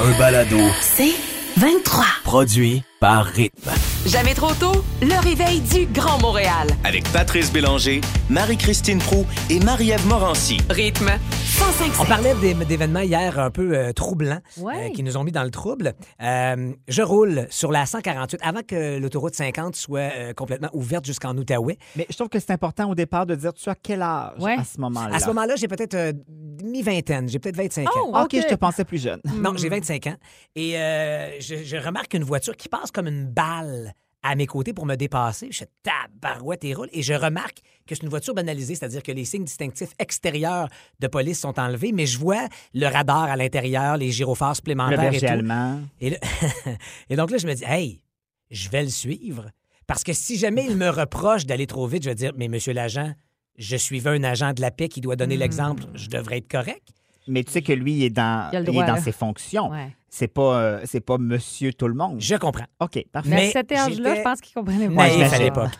Un balado C'est 23. produit par Rythme. Jamais trop tôt, le réveil du Grand Montréal. avec Patrice Bélanger, Marie-Christine Prou et Marie-Ève Morancy. Rythme On 105 parlait d'é- d'événements hier un peu euh, troublants euh, qui nous ont mis dans le trouble. Euh, je roule sur la 148 avant que l'autoroute 50 soit euh, complètement ouverte jusqu'en Outaouais. Mais je trouve que c'est important au départ de dire tu as quel âge Ouais. à ce moment-là. À ce moment-là, j'ai peut-être euh, mi-vingtaine, j'ai peut-être 25 ans. Ah, OK, je te pensais plus jeune. Non, j'ai 25 ans. Et euh, je, je remarque une voiture qui passe comme une balle à mes côtés pour me dépasser. Je fais tabarouette et roule. Et je remarque que c'est une voiture banalisée, c'est-à-dire que les signes distinctifs extérieurs de police sont enlevés, mais je vois le radar à l'intérieur, les gyrophares Le supplémentaires et berger tout. allemand. Et, là- et donc là, je me dis, hey, je vais le suivre. Parce que si jamais il me reproche d'aller trop vite, je vais dire, mais monsieur l'agent, je suivais un agent de la paix qui doit donner Hmm. l'exemple, je devrais être correct. Mais tu sais que lui, il est dans, Il a le il droit, est dans là. ses fonctions. Ouais. C'est pas, euh, c'est pas monsieur tout le monde. Je comprends. OK, parfait. Mais, Mais à cet âge-là, j'étais je pense qu'il comprenait Ouais, naïf à j'imagine. l'époque.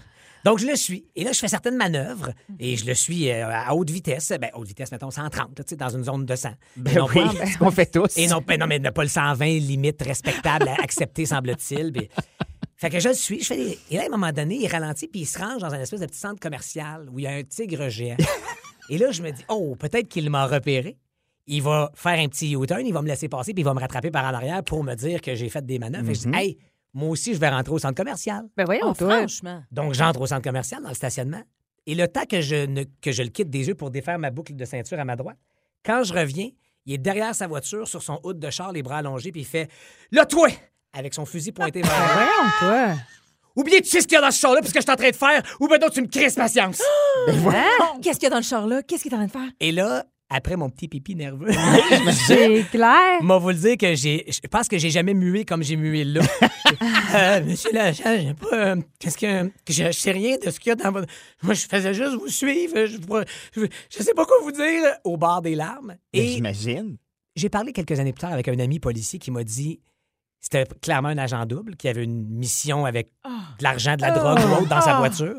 Donc, je le suis. Et là, je fais certaines manœuvres et je le suis euh, à haute vitesse. Ben, haute vitesse, mettons 130, là, tu sais, dans une zone de 100. Ben Et non oui, pas- c'est ce qu'on fait tous. Et non, ben non, mais n'a pas le 120 limite respectable à accepter, semble-t-il. Puis- Fait que je le suis. Je fais des- Et là, à un moment donné, il ralentit puis il se range dans un espèce de petit centre commercial où il y a un tigre géant. Et là, je me dis, oh, peut-être qu'il m'a repéré. Il va faire un petit U-turn, il va me laisser passer puis il va me rattraper par en arrière pour me dire que j'ai fait des manœuvres. Et je dis, hey, moi aussi, je vais rentrer au centre commercial. Ben voyons, toi. Franchement. Donc, j'entre au centre commercial, dans le stationnement. Et le temps que je, ne- que je le quitte des yeux pour défaire ma boucle de ceinture à ma droite, quand je reviens, il est derrière sa voiture, sur son hood de char, les bras allongés, puis il fait Là, toi Avec son fusil pointé vers Ben moi. voyons, toi. Oubliez, tu sais ce qu'il y a dans ce char-là, parce que je suis en train de faire, ou ben donc tu me crises patience. Ben Qu'est-ce qu'il y a dans le char là? Qu'est-ce qu'il est en train de faire? Et là, après mon petit pipi nerveux, C'est clair. Moi, vous le dire que j'ai. Je pense que j'ai jamais mué comme j'ai mué là. Euh, monsieur l'agent, j'ai pas. euh, Qu'est-ce que. que Je, je sais rien de ce qu'il y a dans votre. Moi, je faisais juste vous suivre. euh, Je, vous- je, je sais pas quoi vous dire euh, au bord des larmes. Mais Et Ben, J'imagine. j'ai parlé quelques années plus tard avec un ami policier qui m'a dit. C'était clairement un agent double qui avait une mission avec de l'argent, de la drogue ou autre dans sa voiture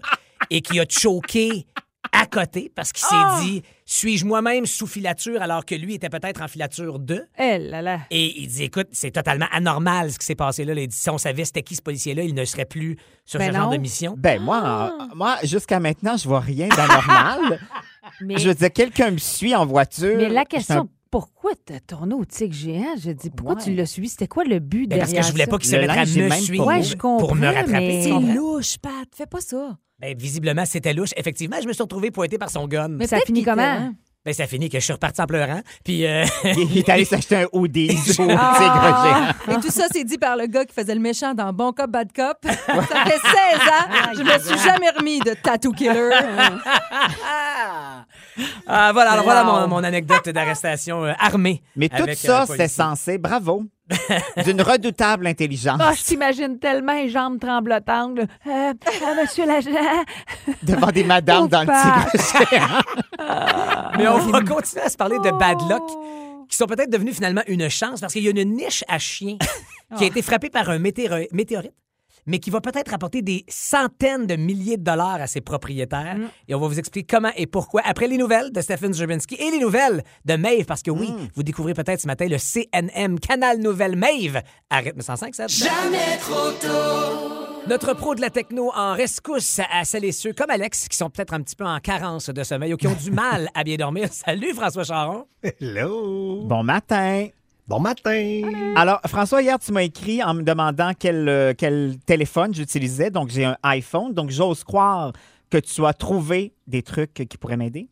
et qui a choqué à côté parce qu'il s'est dit Suis-je moi-même sous filature alors que lui était peut-être en filature 2 Elle, là, là. et il dit, écoute, c'est totalement anormal ce qui s'est passé là. Il dit, si on savait c'était qui ce policier-là, il ne serait plus sur Ben ce genre non. de mission. Ben, moi, Ah! euh, moi jusqu'à maintenant, je vois rien d'anormal. Mais, je veux dire, quelqu'un me suit en voiture. mais la C'est un- question, pourquoi t'as tourné au tigre géant? Je dis, pourquoi Ouais. tu l'as suivi? C'était quoi le but Ben, derrière parce que je voulais ça? pas qu'il se Le mette à linge, j'ai me même suivre pas Ouais, je pour me comprends, rattraper. mais- tu C'est comprends? louche, Pat. Fais pas ça. Ben, visiblement, c'était louche. Effectivement, je me suis retrouvé pointé par son gun. Mais Ça peut-être finit qu'il comment? était- Ben, ça finit que je suis reparti en pleurant. Puis, euh, Il est allé s'acheter un hoodie au tigre Ah! géant. Et tout ça, c'est dit par le gars qui faisait le méchant dans Bon Cop, Bad Cop. ça fait 16 ans. Je me suis jamais remis de Tattoo Killer. ah, voilà, alors voilà Wow. mon, mon anecdote d'arrestation euh, armée. Mais tout avec, euh, ça, un c'est policier. censé. Bravo. D'une redoutable intelligence Ah, je t'imagine tellement les jambes tremblotantes. là. Euh, ah, monsieur l'agent. devant des madames dans le Pauvre tigre géant. Mais on va continuer à se parler de bad luck. Oh. qui sont peut-être devenus finalement une chance parce qu'il y a une niche à chiens qui a été frappée par un météoro- météorite, mais qui va peut-être rapporter des centaines de milliers de dollars à ses propriétaires. Et on va vous expliquer comment et pourquoi après les nouvelles de Stephen Zerbinski et les nouvelles de Maeve, parce que oui, vous découvrez peut-être ce matin le CNM, Canal Nouvelle Maeve, à rythme 105, ça. Notre pro de la techno en rescousse à celles et ceux comme Alex qui sont peut-être un petit peu en carence de sommeil ou qui ont du mal à bien dormir. Salut François Charon. Bon matin. Bon matin! Alors, François, hier, tu m'as écrit en me demandant quel, euh, quel téléphone j'utilisais. Donc, j'ai un iPhone. Donc, j'ose croire que tu as trouvé des trucs qui pourraient m'aider.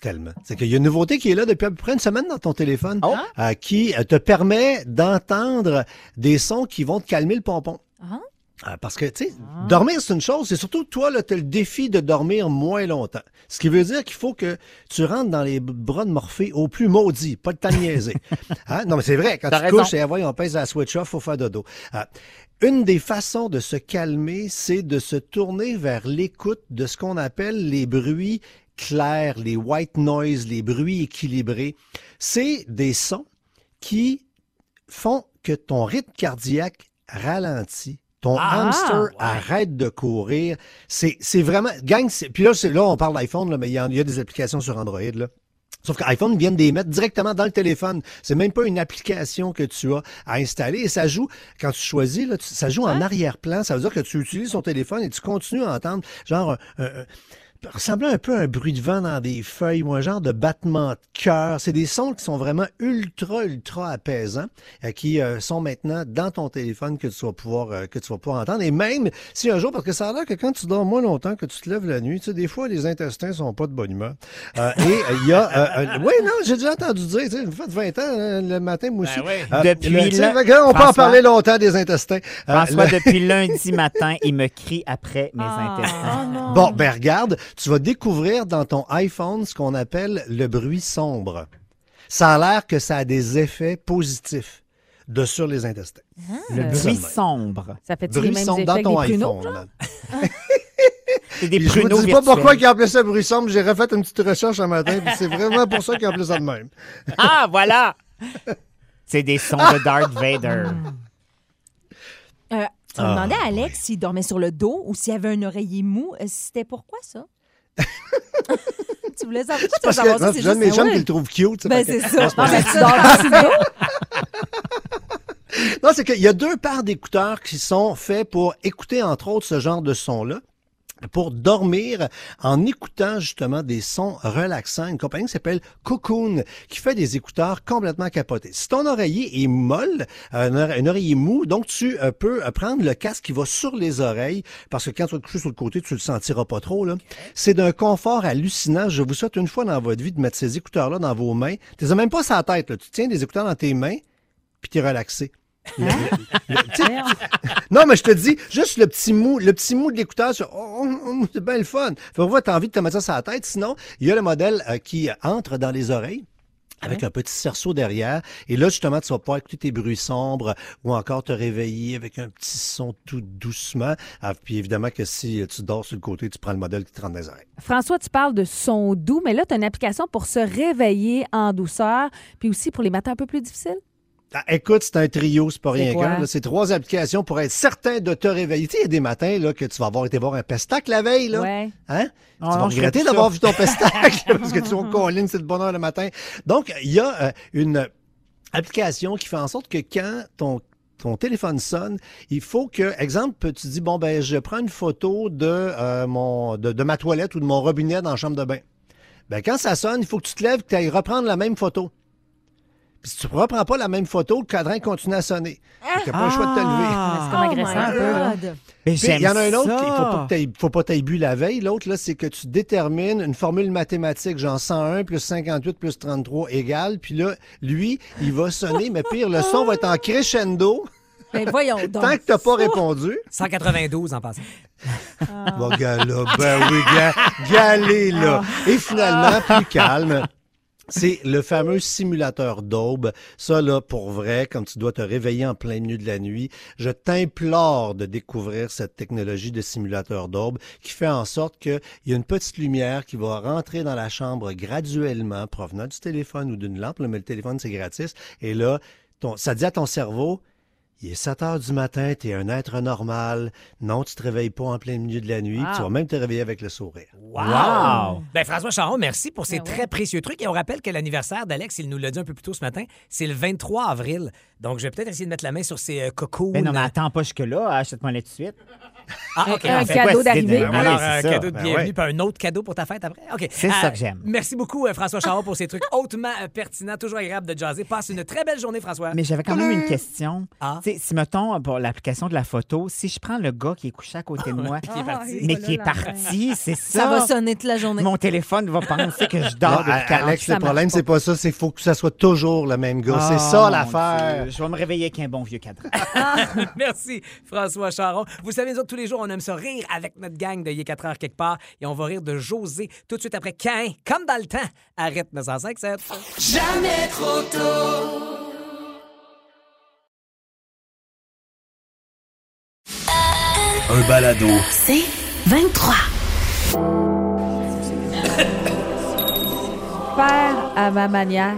Tellement. C'est qu'il y a une nouveauté qui est là depuis à peu près une semaine dans ton téléphone Oh. euh, qui euh, te permet d'entendre des sons qui vont te calmer le pompon. Ah. Euh, Parce que, tu sais, Ah. dormir, c'est une chose, c'est surtout toi, tu as le défi de dormir moins longtemps. Ce qui veut dire qu'il faut que tu rentres dans les bras de Morphée au plus maudit, pas le temps de niaiser. Hein? Non, mais c'est vrai, quand T'as tu te raison. couches et ah, voyons, on pèse à la switch off, faut faire dodo. Euh, une des façons de se calmer, c'est de se tourner vers l'écoute de ce qu'on appelle les bruits clairs, les white noise, les bruits équilibrés. C'est des sons qui font que ton rythme cardiaque ralentit. Ton Ah, hamster ouais. arrête de courir. C'est c'est vraiment... Gang, c'est- puis là, c'est- là, on parle d'iPhone, là, mais il y, en- il y a des applications sur Android. Là. Sauf qu'iPhone vient de les mettre directement dans le téléphone. C'est même pas une application que tu as à installer. Et ça joue, quand tu choisis, là, tu- ça joue Ah. en arrière-plan. Ça veut dire que tu utilises ton téléphone et tu continues à entendre, genre, un- un- un- ressemblait un peu à un bruit de vent dans des feuilles ou un genre de battement de cœur. C'est des sons qui sont vraiment ultra, ultra apaisants, euh, qui euh, sont maintenant dans ton téléphone que tu vas pouvoir, euh, que tu vas pouvoir entendre. Et même si un jour, parce que ça a l'air que quand tu dors moins longtemps, que tu te lèves la nuit, tu sais, des fois, les intestins sont pas de bonne humeur. Euh, et euh, il y a, euh, un- oui, non, j'ai déjà entendu dire, tu sais, une fois de 20 ans, euh, le matin, moi aussi. Euh, Ben oui. Depuis le- tu sais, là, fait que on peut en François- parler longtemps des intestins. Euh, François, le- depuis lundi matin, il me crie après mes Ah. intestins. Oh non. Bon, ben regarde, tu vas découvrir dans ton iPhone ce qu'on appelle le bruit sombre. Ça a l'air que ça a des effets positifs de sur les intestins. Le bruit sombre. Ça fait les Bruit mêmes sombre dans effets que ton des iPhone. pruneaux? C'est des Puis je vous pruneaux dis pas virtuels. pourquoi ils appelaient ça bruit sombre. J'ai refait une petite recherche un matin, puis c'est vraiment pour ça qu'ils appelaient ça de même. Ah, voilà! C'est des sons de Darth Vader. Euh, on Ah. demandait à Alex s'il dormait sur le dos ou s'il avait un oreiller mou. Euh, C'était pourquoi ça? tu voulais savoir, tu voulais Parce savoir que ça? non, c'est c'est un de juste- mes jeunes Ouais. qui le trouvent cute. tu sais, Ben, fait que- c'est ça. pas Non, mais tu dors sur le dos? Non, c'est qu'il y a deux paires d'écouteurs qui sont faits pour écouter, entre autres, ce genre de son-là pour dormir en écoutant justement des sons relaxants. Une compagnie qui s'appelle Cocoon qui fait des écouteurs complètement capotés. Si ton oreiller est molle, euh, un ore- un oreiller mou, donc tu euh, peux euh, prendre le casque qui va sur les oreilles parce que quand tu vas te coucher sur le côté, tu le sentiras pas trop. là. C'est d'un confort hallucinant. Je vous souhaite une fois dans votre vie de mettre ces écouteurs-là dans vos mains. Tu les as même pas sur la tête. là. Tu tiens des écouteurs dans tes mains puis t'es relaxé. Le- le- le- tu sais, non, mais je te dis, juste le petit mou, le petit mou de l'écouteur, c'est- oh, oh, oh, c'est bien le fun. Fait que t'as envie de te mettre ça sur la tête. Sinon, il y a le modèle euh, qui euh, entre dans les oreilles. Avec un petit cerceau derrière. Et là, justement, tu vas pouvoir écouter tes bruits sombres ou encore te réveiller avec un petit son tout doucement. Ah, puis évidemment que si euh, tu dors sur le côté, tu prends le modèle qui te rentre dans les oreilles. François, tu parles de son doux, mais là, tu as une application pour se réveiller en douceur, puis aussi pour les matins un peu plus difficiles. Ah, écoute, c'est un trio, c'est pas C'est rien quoi? qu'un. là. C'est trois applications pour être certain de te réveiller. Tu sais, il y a des matins là, que tu vas avoir été voir un pestac la veille. Là. Ouais. Hein? Oh tu vas non, je regretter ferais plus d'avoir ça. vu ton pestacle parce que tu vas en ligne, c'est de bonne heure le matin. Donc, il y a euh, une application qui fait en sorte que quand ton ton téléphone sonne, il faut que, exemple, tu dis, bon, ben, je prends une photo de, euh, mon, de, de ma toilette ou de mon robinet dans la chambre de bain. Ben, quand ça sonne, il faut que tu te lèves et que tu ailles reprendre la même photo. Puis si tu ne reprends pas la même photo, le cadran continue à sonner. Tu n'as pas le choix de te lever. Ah! C'est comme agressant un peu. là. Oh my God. Mais Puis, Il y en a un j'aime autre, il ça. faut pas que t'aies- faut pas que t'aies bu la veille. L'autre, là, c'est que tu détermines une formule mathématique, genre 101 plus 58 plus 33 égale. Puis là, lui, il va sonner, mais pire, le son va être en crescendo Ben, voyons donc. tant que t'as pas répondu. 192 en passant. Bon, gars, là, ben oui, gars, galé, là. Et finalement, plus calme. C'est le fameux simulateur d'aube. Ça, là, pour vrai, quand tu dois te réveiller en plein milieu de la nuit, je t'implore de découvrir cette technologie de simulateur d'aube qui fait en sorte qu'il y a une petite lumière qui va rentrer dans la chambre graduellement provenant du téléphone ou d'une lampe. Là, mais le téléphone, c'est gratis. Et là, ton- ça dit à ton cerveau, il est 7 heures du matin, t'es un être normal. Non, tu te réveilles pas en plein milieu de la nuit. Tu vas même te réveiller avec le sourire. Wow! Ben, François Charon, merci pour ces très précieux trucs. Et on rappelle que l'anniversaire d'Alex, il nous l'a dit un peu plus tôt ce matin, c'est le 23 avril. Donc, je vais peut-être essayer de mettre la main sur ces euh, cocos. Ben non, mais attends pas jusque-là, hein, achète-moi les tout de suite. Ah, OK. Un parfait. quoi, cadeau c'est d'arrivée. des- Ah oui, Alors, c'est un ça. cadeau de Ben bienvenue, ouais. puis un autre cadeau pour ta fête après. OK. Ah, C'est ça que j'aime. Merci beaucoup, euh, François Charon, pour ces trucs hautement euh, pertinents, toujours agréable de jaser. Passe une très belle journée, François. Mais j'avais quand même une question. Ah. Tu sais, Si, mettons, pour l'application de la photo, si je prends le gars qui est couché à côté Ah, de moi, Qui est parti. mais qui est parti, c'est ça. Ça va sonner toute la journée. Mon téléphone va penser que je dors Non, depuis 48 Alex, le ça marche problème, c'est pas ça. C'est faut que ça soit toujours le même gars. c'est Oh, mon ça l'affaire. Dieu, Je vais me réveiller avec un bon vieux cadran. Merci, François Charon. Vous savez, nous autres, tous les jours, on aime se rire avec notre gang de Yé 4 heures quelque part et on va rire de José tout de suite après Cain, comme dans le temps. Arrête 905.7. Un balado. C'est 23. Faire à ma manière.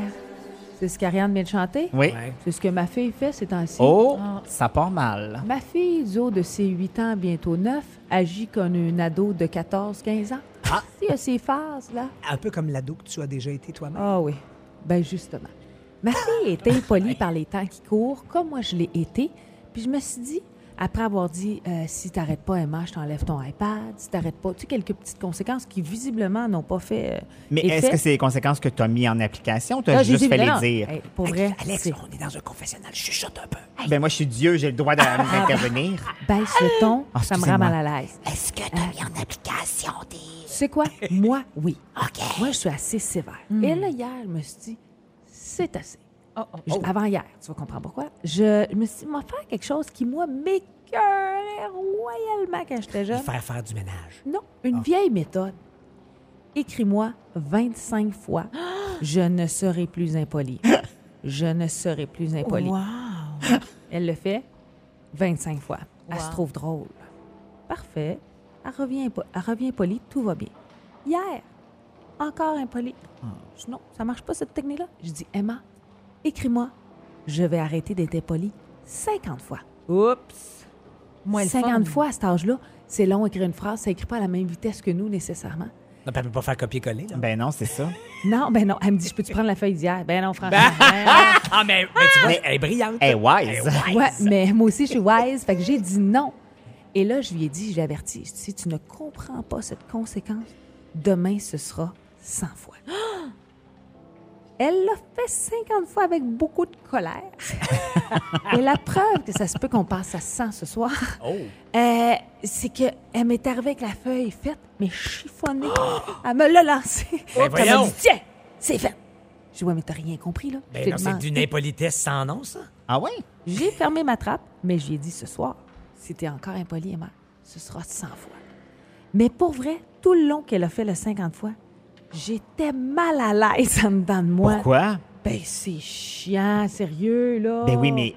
C'est ce qu'Ariane vient de chanter. Oui. C'est ce que ma fille fait ces temps-ci. Oh, Ah. ça part mal. Ma fille, du haut de ses 8 ans, bientôt 9, agit comme une ado de 14-15 ans. Ah. Il y a ces phases, là. Un peu comme l'ado que tu as déjà été toi-même. Ah oui, ben justement. Ma fille était impolie par les temps qui courent, comme moi je l'ai été. Puis je me suis dit, après avoir dit euh, si t'arrêtes pas, Emma, je t'enlève ton iPad, si t'arrêtes pas, tu sais, quelques petites conséquences qui visiblement n'ont pas fait. euh, Mais effet. est-ce que c'est les conséquences que tu as mis en application ou tu Là, as j'ai juste dit, fait non, les non. dire? Hey, pour vrai. Alex, c'est- on est dans un confessionnal. Chuchote un peu. Ben moi, je suis Dieu, j'ai le droit Ah, d'intervenir. baisse le ton, Ah, ça me rend excusez-moi. mal à l'aise. Est-ce que t'as mis en application des... Tu sais quoi? Moi, oui. Moi, je suis assez sévère. Et là, hier, je me suis dit, c'est assez. Hmm. Oh, oh. Je- Avant hier, tu vas comprendre pourquoi. Je, je me suis dit, m'a faire quelque chose qui, moi, m'écœurait royalement quand j'étais Il jeune. Faire faire du ménage. Non, Ah. une vieille méthode. Écris-moi 25 fois. Je ne serai plus impolie. Je ne serai plus impolie. Wow. Elle le fait 25 fois. Elle se Wow. trouve drôle. Parfait. Elle revient, impo- elle revient polie, tout va bien. Hier, encore impolie. Ah. Je dis, non, ça marche pas cette technique-là. Je dis, Emma, écris-moi. Je vais arrêter d'être impolie 50 fois. Oups. Moins le fun. 50 fois à cet âge-là, c'est long écrire une phrase, ça écrit pas à la même vitesse que nous nécessairement. Non, elle peut pas faire copier-coller. là. Ben non, c'est ça. Non, ben non, elle me dit, je peux-tu prendre la feuille d'hier? Ben non, franchement. ben non. Ah, mais, mais tu vois, elle est brillante. Hey, wise. Ouais, mais moi aussi, je suis wise. fait que j'ai dit non. Et là, je lui ai dit, je l'ai averti. Je dis, si tu ne comprends pas cette conséquence, demain, ce sera 100 fois. Elle l'a fait 50 fois avec beaucoup de colère. Et la preuve que ça se peut qu'on passe à 100 ce soir, Oh, euh, c'est qu'elle m'est arrivée avec la feuille faite, mais chiffonnée. Elle me l'a lancée. Ben elle m'a voyons. dit, tiens, c'est fait. Je dis, ouais, mais t'as rien compris, là. Je Ben t'ai non, c'est demandé. d'une impolitesse sans nom, ça. Ah ouais? J'ai fermé ma trappe, mais je lui ai dit ce soir, si t'es encore impoli, Emma, ce sera 100 fois. Mais pour vrai, tout le long qu'elle a fait le 50 fois, j'étais mal à l'aise en dedans de moi. Pourquoi? Ben, c'est chiant, sérieux, là. Ben oui, mais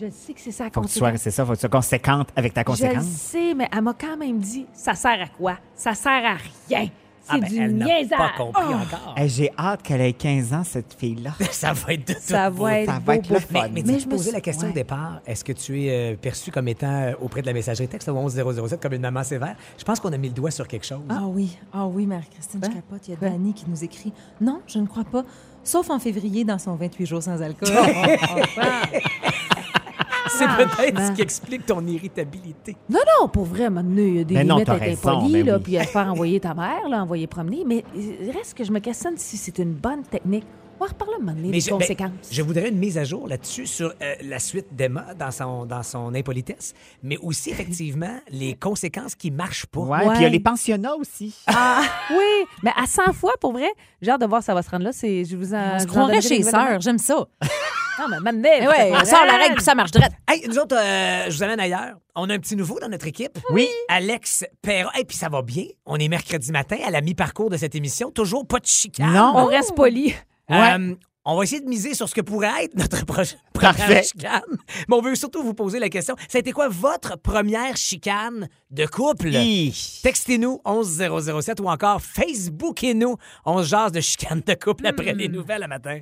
Je le sais que c'est ça la faut que tu sois, conséquence. c'est ça, faut que tu sois conséquente avec ta Je le conséquence. sais, mais elle m'a quand même dit, ça sert à quoi? Ça sert à rien. C'est Ah, ben, du elle n'a niaisage. pas compris Oh! encore. Hey, j'ai hâte qu'elle ait 15 ans, cette fille-là. Ça va être de toute Ça beauté. va être, Ça beau, va être beau, le beau. fun. Mais, Mais mais je tu me posais suis- la question ouais. au départ, est-ce que tu es euh, perçu comme étant euh, auprès de la messagerie texte au 11007 comme une maman sévère? Je pense qu'on a mis le doigt sur quelque chose. Ah oui, ah oui, Marie-Christine, je Hein? capote. Il y a Hein? Dani qui nous écrit Non, je ne crois pas. Sauf en février dans son 28 jours sans alcool. C'est ah, peut-être franchement. ce qui explique ton irritabilité. Non, non, pour vrai, à un moment donné, il y a des Mais non, limites t'as à être raison, impoli, mais là, oui. puis à te faire envoyer ta mère, là, envoyer promener. Mais il reste que je me questionne si c'est une bonne technique. On va reparler à un moment donné Mais des je, ben, conséquences. je voudrais une mise à jour là-dessus sur euh, la suite d'Emma dans son, dans son impolitesse, mais aussi effectivement les conséquences qui marchent pas. Ouais, puis il y Ouais. Ah, a les pensionnats aussi. Oui, mais à 100 fois, pour vrai, j'ai hâte de voir ça va se rendre là. C'est, je vous en, On se je vous en donnerai croirait des chez nouvelles demain. sœurs, j'aime ça. Non, mais même mais Eh ouais, on sort la règle puis ça marche direct. Hey, nous autres, euh, je vous amène ailleurs. On a un petit nouveau dans notre équipe. Oui. Alex Perra. Et puis ça va bien. On est mercredi matin à la mi-parcours de cette émission. Toujours pas de chicane. Non. On reste poli. Euh, on va essayer de miser sur ce que pourrait être notre proche- première Parfait. chicane. Mais on veut surtout vous poser la question. Ça a été quoi votre première chicane de couple? Hi. Textez-nous 11007 ou encore Facebookez-nous. On se jase de chicane de couple après Hmm. les nouvelles le matin.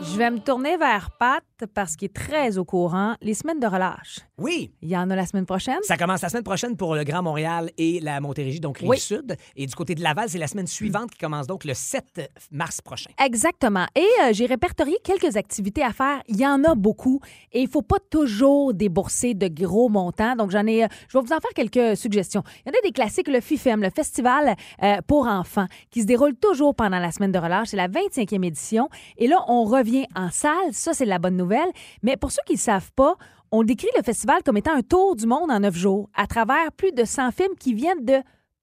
Je vais me tourner vers Pat parce qu'il est très au courant. Les semaines de relâche, Oui, il y en a la semaine prochaine. ça commence la semaine prochaine pour le Grand Montréal et la Montérégie, donc Rive-Sud. Et du côté de Laval, c'est la semaine suivante qui commence donc le 7 mars prochain. Eh, Exactement. Et euh, j'ai répertorié quelques activités à faire. Il y en a beaucoup et il faut pas toujours débourser de gros montants. Donc j'en ai, euh, je vais vous en faire quelques suggestions. Il y en a des classiques, le FIFEM, E le festival euh, pour enfants, qui se déroule toujours pendant la semaine de relâche. C'est la 25e édition. Et là, on revient en salle. Ça, c'est de la bonne nouvelle. Mais pour ceux qui ne savent pas, on décrit le festival comme étant un tour du monde en neuf jours, à travers plus de 100 films qui viennent de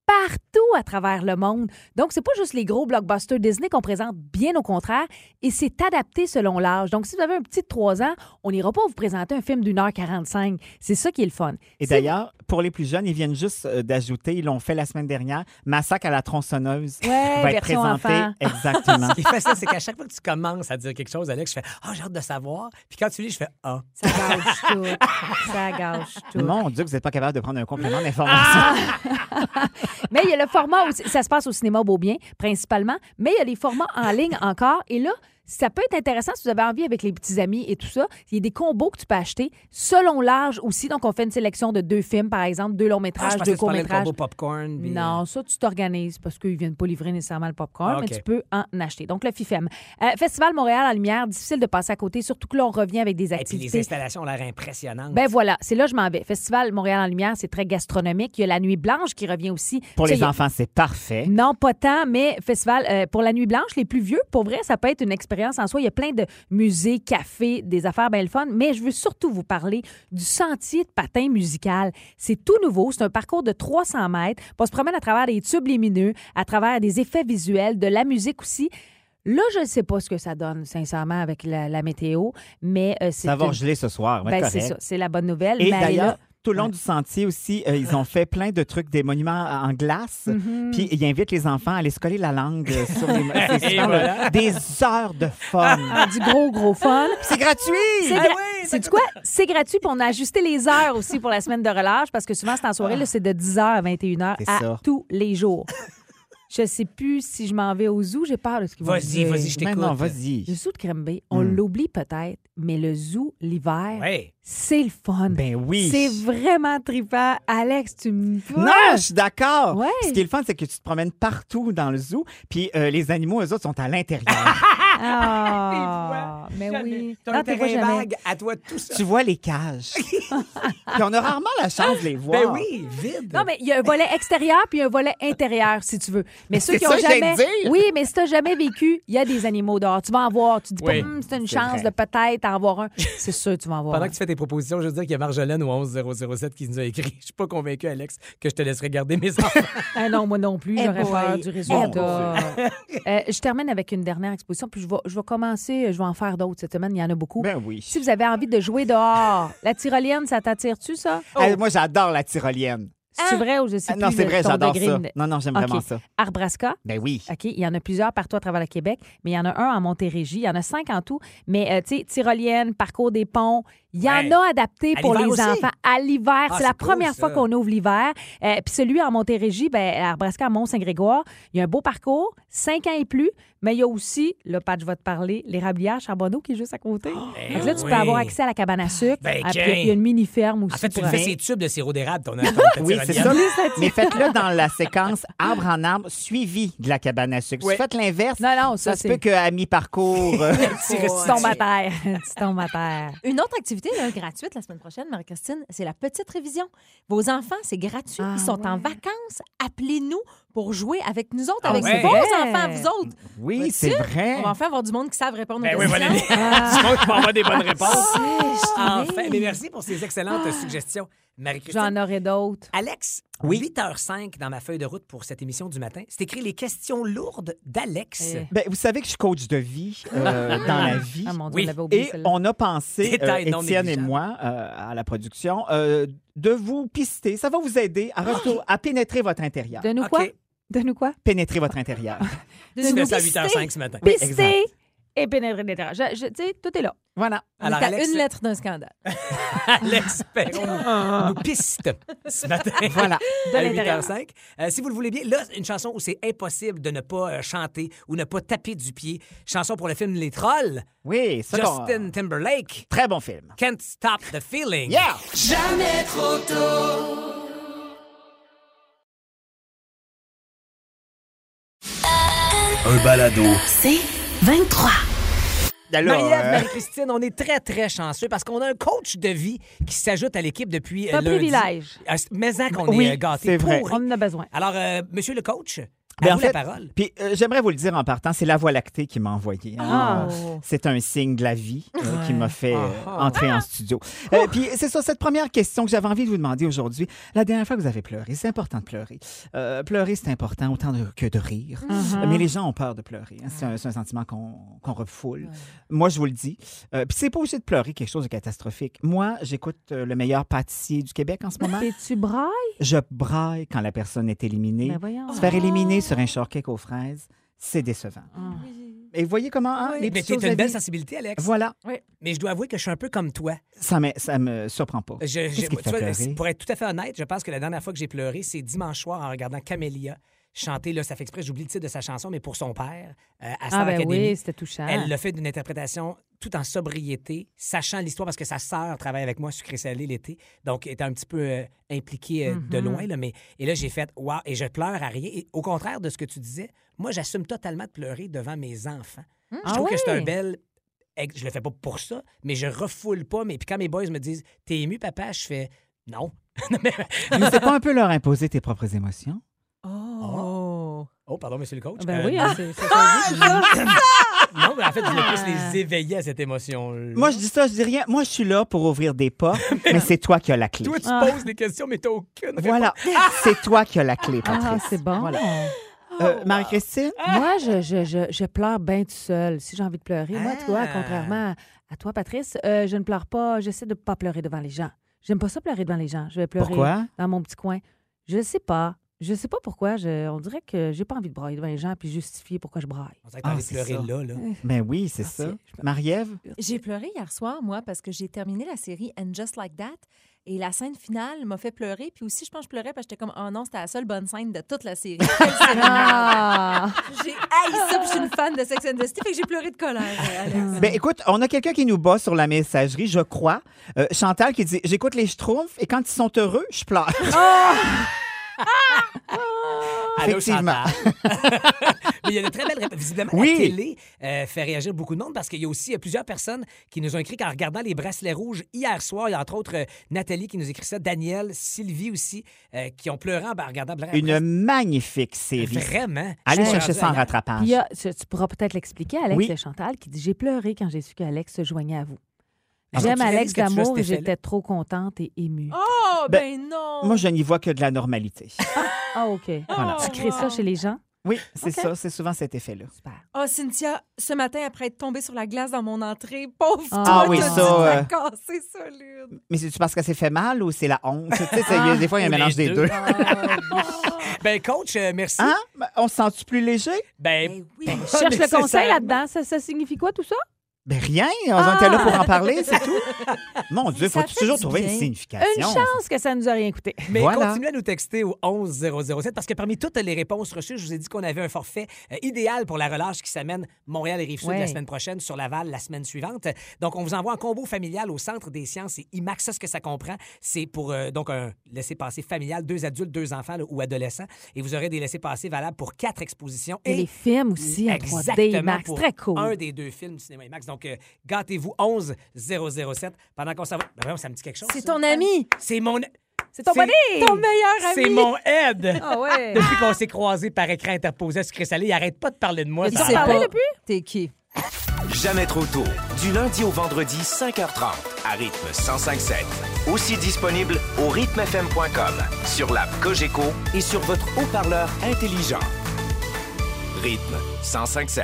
partout à travers le monde. Donc, c'est pas juste les gros blockbusters Disney qu'on présente, bien au contraire, et c'est adapté selon l'âge. Donc, si vous avez un petit de 3 ans, on n'ira pas vous présenter un film d'une heure 45. C'est ça qui est le fun. Et d'ailleurs, pour les plus jeunes, ils viennent juste euh, d'ajouter, ils l'ont fait la semaine dernière, Massacre à la tronçonneuse Ouais, va être version présenté. enfant. Exactement. Ce qui est facile, c'est ah, qu'à chaque fois que tu commences à dire quelque chose, Alex, je fais Ah, j'ai hâte de savoir. Puis quand tu lis, je fais Ah. Ça gâche tout. Ça gâche tout. Mon Dieu, que vous n'êtes pas capable de prendre un complément Ah, d'information. Mais il y a le format, aussi- ça se passe au cinéma Beaubien, principalement, mais il y a les formats en ligne encore. Et là, Ça peut être intéressant si vous avez envie avec les petits amis et tout ça. Il y a des combos que tu peux acheter selon l'âge aussi. Donc, on fait une sélection de deux films, par exemple, deux longs Ah, métrages, je pensais deux que tu courts parlais de métrages. combo popcorn. puis, euh, Non, ça, tu t'organises parce qu'ils ne viennent pas livrer nécessairement le popcorn, Ah, OK. mais tu peux en acheter. Donc, le FIFEM. Euh, Festival Montréal en lumière, difficile de passer à côté, surtout que là, on revient avec des Et puis activités. les installations ont l'air impressionnantes. ben voilà, c'est là que je m'en vais. Festival Montréal en lumière, c'est très gastronomique. Il y a la Nuit Blanche qui revient aussi. Pour Tu sais, les il y a- enfants, c'est parfait. Non, pas tant, mais festival euh, pour la Nuit Blanche, les plus vieux, pour vrai, ça peut être une expérience en soi. Il y a plein de musées, cafés, des affaires bien le fun, mais je veux surtout vous parler du sentier de patin musical. C'est tout nouveau, c'est un parcours de 300 mètres. On se promène à travers des tubes lumineux, à travers des effets visuels, de la musique aussi. Là, je ne sais pas ce que ça donne, sincèrement, avec la, la météo, mais euh, c'est Ça va une- geler ce soir. mais ben, correct. c'est ça, c'est la bonne nouvelle. Et mais elle est d'ailleurs, là. tout le long Ouais. du sentier aussi, euh, ils ont fait plein de trucs, des monuments en glace. Mm-hmm. Puis ils invitent les enfants à aller se coller la langue euh, sur les. c'est souvent, euh, des heures de fun. du gros, gros fun. c'est gratuit! Ah C'est C'est quoi? C'est gratuit, puis on a ajusté les heures aussi pour la semaine de relâche, parce que souvent, c'est en soirée, Ah. là, c'est de 10h à 21h C'est à ça. tous les jours. Je sais plus si je m'en vais au zoo, j'ai peur de ce qu'ils vont me Vas-y, dire. Ben vas-y, je Mais t'écoute. non, vas-y. Le zoo de Crème-Bay, on Hmm. l'oublie peut-être, mais le zoo, l'hiver, Ouais. c'est le fun. Ben oui. C'est vraiment trippant. Alex, tu me... Non, je suis d'accord. Ouais. Ce qui est le fun, c'est que tu te promènes partout dans le zoo, puis euh, les animaux, eux autres, sont à l'intérieur. Ah, Ben mais oui. T'as Non, un t'es pas terrain jamais. vague à toi tout seul. tu vois les cages. puis on a rarement la chance de les Ben voir. oui, vide. Non, mais il y a un volet extérieur puis un volet intérieur, si tu veux. Mais ceux C'est qui ont ça que j'allais jamais. dire. Oui, mais si tu jamais vécu, il y a des animaux dehors. Tu vas en voir. Tu dis Oui, pas, Hum, c'est une c'est chance vrai. de peut-être en avoir un. C'est sûr, tu vas en voir. Pendant un. que tu fais tes propositions, je veux dire qu'il y a Marjolaine au 11007 qui nous a écrit. Je suis pas convaincu, Alex, que je te laisserai garder mes enfants. Ah non, moi non plus, Eh j'aurais boy. peur du Eh résultat. Euh, je termine avec une dernière exposition, puis je vais, je vais commencer, je vais en faire d'autres cette semaine, il y en a beaucoup. Ben oui. Si vous avez envie de jouer dehors, la tyrolienne, ça t'attire-tu, ça? Ah, moi, j'adore la tyrolienne. C'est vrai ou je sais Ah, non, plus c'est le- vrai, ton j'adore degré ça. de- Non, non, j'aime OK. vraiment ça. Arbraska, Ben oui. OK, il y en a plusieurs partout à travers le Québec, mais il y en a un en Montérégie, il y en a cinq en tout. Mais, euh, tu sais, tyrolienne, parcours des ponts, il y Ouais. en a adapté À pour les l'hiver aussi? enfants à l'hiver. Ah, c'est c'est la cool, première ça. fois qu'on ouvre l'hiver. Euh, Puis celui en Montérégie, ben, à Arbrasca, à Mont-Saint-Grégoire, il y a un beau parcours, cinq ans et plus, mais il y a aussi, le patch va te parler, l'érablière Charbonneau qui est juste à côté. Fait que là, tu Oh, ben oui. peux avoir accès à la cabane à sucre. Ben, Ah, puis tiens. il y a une mini-ferme aussi. En fait, tu pour le euh, fais elle. ces tubes de sirop d'érable, ton, ton ta Oui, c'est tyrolienne. ça. Mais faites-le dans la séquence arbre en arbre suivi de la cabane à sucre. Ouais. Si vous faites l'inverse, Non, non, ça, ça se c'est... peut qu'à mi-parcours, euh, Petit Tu tombes à terre. tu tombes à terre. Une autre activité là, gratuite la semaine prochaine, Marie-Christine, c'est la petite révision. Vos enfants, c'est gratuit. Ah, Ils sont en ouais. vacances. Appelez-nous pour jouer avec nous autres, Ah avec ouais. vos Ouais. enfants, vous autres. oui, Vas-tu? c'est vrai. On va enfin avoir du monde qui savent répondre Ben aux oui, questions. Valérie. Tu crois que tu m'envoies des bonnes réponses. Ah, Enfin, mais merci pour ces excellentes suggestions, Marie-Christine. J'en aurais d'autres. euh, Alex, 8h05 dans ma feuille de route pour cette émission du matin, c'est écrit les questions lourdes d'Alex. Eh. Ben, vous savez que je suis coach de vie euh, dans la vie. Ah mon Dieu, Oui. on l'avait oublié Et celle-là. on a pensé, euh, Détail non Étienne et négligeable. moi, euh, à la production, euh, de vous pister. Ça va vous aider à, retour- à pénétrer votre intérieur. De nous OK. quoi? De nous quoi? Pénétrer votre intérieur. Tu nous fais ça à pister. 8h05 ce matin. Oui, Pister et pénétrer l'intérieur. Je, je- tu sais, tout est là. Voilà. On est Alors, à Alex, une lettre d'un scandale. Alex Perron nous piste ce matin. Ah. Voilà. De à l'intérieur. 8h05. Euh, si vous le voulez bien, là, une chanson où c'est impossible de ne pas euh, chanter ou ne pas taper du pied. Chanson pour le film Les Trolls. Oui, ça qu'on- Justin Timberlake. Très bon film. Can't Stop the Feeling. Yeah! Un balado. C'est 23. Alors, Marie-Ève, euh, Marie-Christine, on est très, très chanceux parce qu'on a un coach de vie qui s'ajoute à l'équipe depuis C'est un euh, lundi. privilège. Euh, Mais en qu'on Oui, est euh, gâtés. c'est vrai. pourris. On en a besoin. Alors, euh, monsieur le coach, à Ben, en vous fait, la parole. Puis euh, j'aimerais vous le dire en partant, c'est la Voie lactée qui m'a envoyé. Ah. Euh, C'est un signe de la vie euh, qui m'a fait euh, Oh. Ah. Oh. entrer en studio. Euh, puis c'est ça, cette première question que j'avais envie de vous demander aujourd'hui. La dernière fois que vous avez pleuré, c'est important de pleurer. Euh, pleurer, c'est important autant de- que de rire. Mm-hmm. Euh, Mais les gens ont peur de pleurer. hein. C'est un, c'est un sentiment qu'on qu'on refoule. Moi, je vous le dis. Euh, puis c'est pas obligé de pleurer quelque chose de catastrophique. Moi, j'écoute euh, le meilleur pâtissier du Québec en ce moment. T'es-tu braille? Je braille quand la personne est éliminée. Ben voyons. Se faire éliminer sur un shortcake aux fraises, c'est décevant. Ah. Et voyez comment hein, les Mais petites tu as choses de une belle vie- sensibilité, Alex. Voilà, Mais je dois avouer que je suis un peu comme toi. ça me, ça me surprend pas. Je- je- Qu'est-ce qui te tu fait vois, pleurer? pour être tout à fait honnête, je pense que la dernière fois que j'ai pleuré, c'est dimanche soir en regardant Camélia. chanter, là, ça fait exprès, j'oublie le titre de sa chanson, mais pour son père, euh, à Star Ah, ben Academy. oui, c'était touchant. Elle l'a fait d'une interprétation tout en sobriété, sachant l'histoire parce que sa sœur travaille avec moi sucré salé l'été, donc était un petit peu euh, impliquée euh, Mm-hmm. de loin là, mais et là j'ai fait waouh et je pleure à rien. Et au contraire de ce que tu disais, moi j'assume totalement de pleurer devant mes enfants. Je Ah trouve que c'est un oui? bel ex- je le fais pas pour ça, mais je refoule pas mais puis quand mes boys me disent "T'es ému papa?" je fais "Non." Non, mais- Mais c'est pas un peu leur imposer tes propres émotions? Oh. oh pardon monsieur le coach. Ben Euh, oui, hein, c'est c'est ça. Non, mais en fait, je voulais plus les éveiller à cette émotion. Moi, je dis ça, je dis rien. Moi, je suis là pour ouvrir des portes, mais c'est toi qui as la clé. Ah. Toi, tu Ah. poses des questions, mais t'as aucune Voilà. C'est toi qui as la clé, Ah, Patrice. c'est bon. Voilà. Euh, Marie-Christine? Moi, je, je, je, je pleure bien tout seul. Si j'ai envie de pleurer, moi, tu vois, Ah. contrairement à, à toi, Patrice, euh, je ne pleure pas. J'essaie de ne pas pleurer devant les gens. J'aime pas ça pleurer devant les gens. Je vais pleurer Pourquoi? dans mon petit coin. Je sais pas. Je sais pas pourquoi. Je- on dirait que j'ai pas envie de brailler devant les gens puis justifier pourquoi je braille. On dirait que t'as Ah, envie de c'est pleurer ça. là, là. Ben oui, c'est ça. Marie-Ève? J'ai pleuré hier soir, moi, parce que j'ai terminé la série And Just Like That. Et la scène finale m'a fait pleurer. Puis aussi, je pense que je pleurais parce que j'étais comme, oh non, c'était la seule bonne scène de toute la série. Quelle série de merde. Ah! j'ai haï ça, puis je suis une fan de Sex and the City, fait que j'ai pleuré de colère, euh, Alex. Ben écoute, on a quelqu'un qui nous bat sur la messagerie, je crois. Euh, Chantal qui dit J'écoute les schtroumpfs et quand ils sont heureux, je pleure. Allô, Effectivement. Chantal. Mais il y a de très belles réponses. Visiblement, Oui. la télé euh, fait réagir beaucoup de monde parce qu'il y a aussi euh, plusieurs personnes qui nous ont écrit qu'en regardant les bracelets rouges hier soir, il y a entre autres euh, Nathalie qui nous écrit ça, Daniel, Sylvie aussi, euh, qui ont pleuré en en regardant Bra- Une magnifique série. Vraiment. Allez Je suis chercher rendue ça en ailleurs. rattrapage. Puis il y a- tu tu pourras peut-être l'expliquer, Alex Oui. de Chantal, qui dit J'ai pleuré quand j'ai su qu'Alex se joignait à vous. Ah, J'aime tu réalises Alex que tu as cet d'amour et effet-là? j'étais trop contente et émue. Oh, ben, non! Moi, je n'y vois que de la normalité. Ah, OK. Voilà. Tu crées ça chez les gens? Oui, c'est Ok. ça, c'est souvent cet effet-là. Super. Oh, Cynthia, ce matin, après être tombée sur la glace dans mon entrée, pauvre Ah toi, oui, t'as ça, dû te la euh, casser solide. Mais c'est-tu parce qu'elle s'est fait mal ou c'est la honte? Tu sais, c'est- il y a- des fois, il y a un Ou les mélange des deux. deux. Ben, coach, euh, merci. Hein? Ben, On se sent-tu plus léger? Ben, Ben oui. Tu cherches le conseil nécessairement. là-dedans. Ça, ça signifie quoi, tout ça? Ben rien, on était là pour en parler, c'est tout. Mon Dieu, Ça faut-tu fait toujours du trouver une bien. signification? Une chance que ça nous a rien coûté. Mais Voilà. continuez à nous texter au 11007 parce que parmi toutes les réponses reçues, je vous ai dit qu'on avait un forfait euh, idéal pour la relâche qui s'amène Montréal et Rive-Sud Ouais. la semaine prochaine, sur Laval la semaine suivante. Donc, on vous envoie un combo familial au Centre des sciences et IMAX. Ça, ce que ça comprend, c'est pour euh, donc un laisser-passer familial, deux adultes, deux enfants là, ou adolescents. Et vous aurez des laissés-passer valables pour quatre expositions. Et les films aussi en 3D, Exactement, Max. pour Très cool. Un des deux films du cinéma IMAX. Donc, euh, gâtez-vous 11007 pendant qu'on s'en va. Ben, voyons, ça me dit quelque chose. C'est ça. ton ami, C'est mon. C'est ton buddy! ton meilleur ami. C'est mon aide. Ah ouais. Depuis qu'on s'est croisés par écran interposé à sucré salé, il arrête pas de parler de moi. Tu ça sais va. pas, t'es qui? Jamais trop tôt. Du lundi au vendredi, 5h30, à rythme 105.7. Aussi disponible au rythmefm.com, sur l'app Cogeco et sur votre haut-parleur intelligent. Rythme 105.7.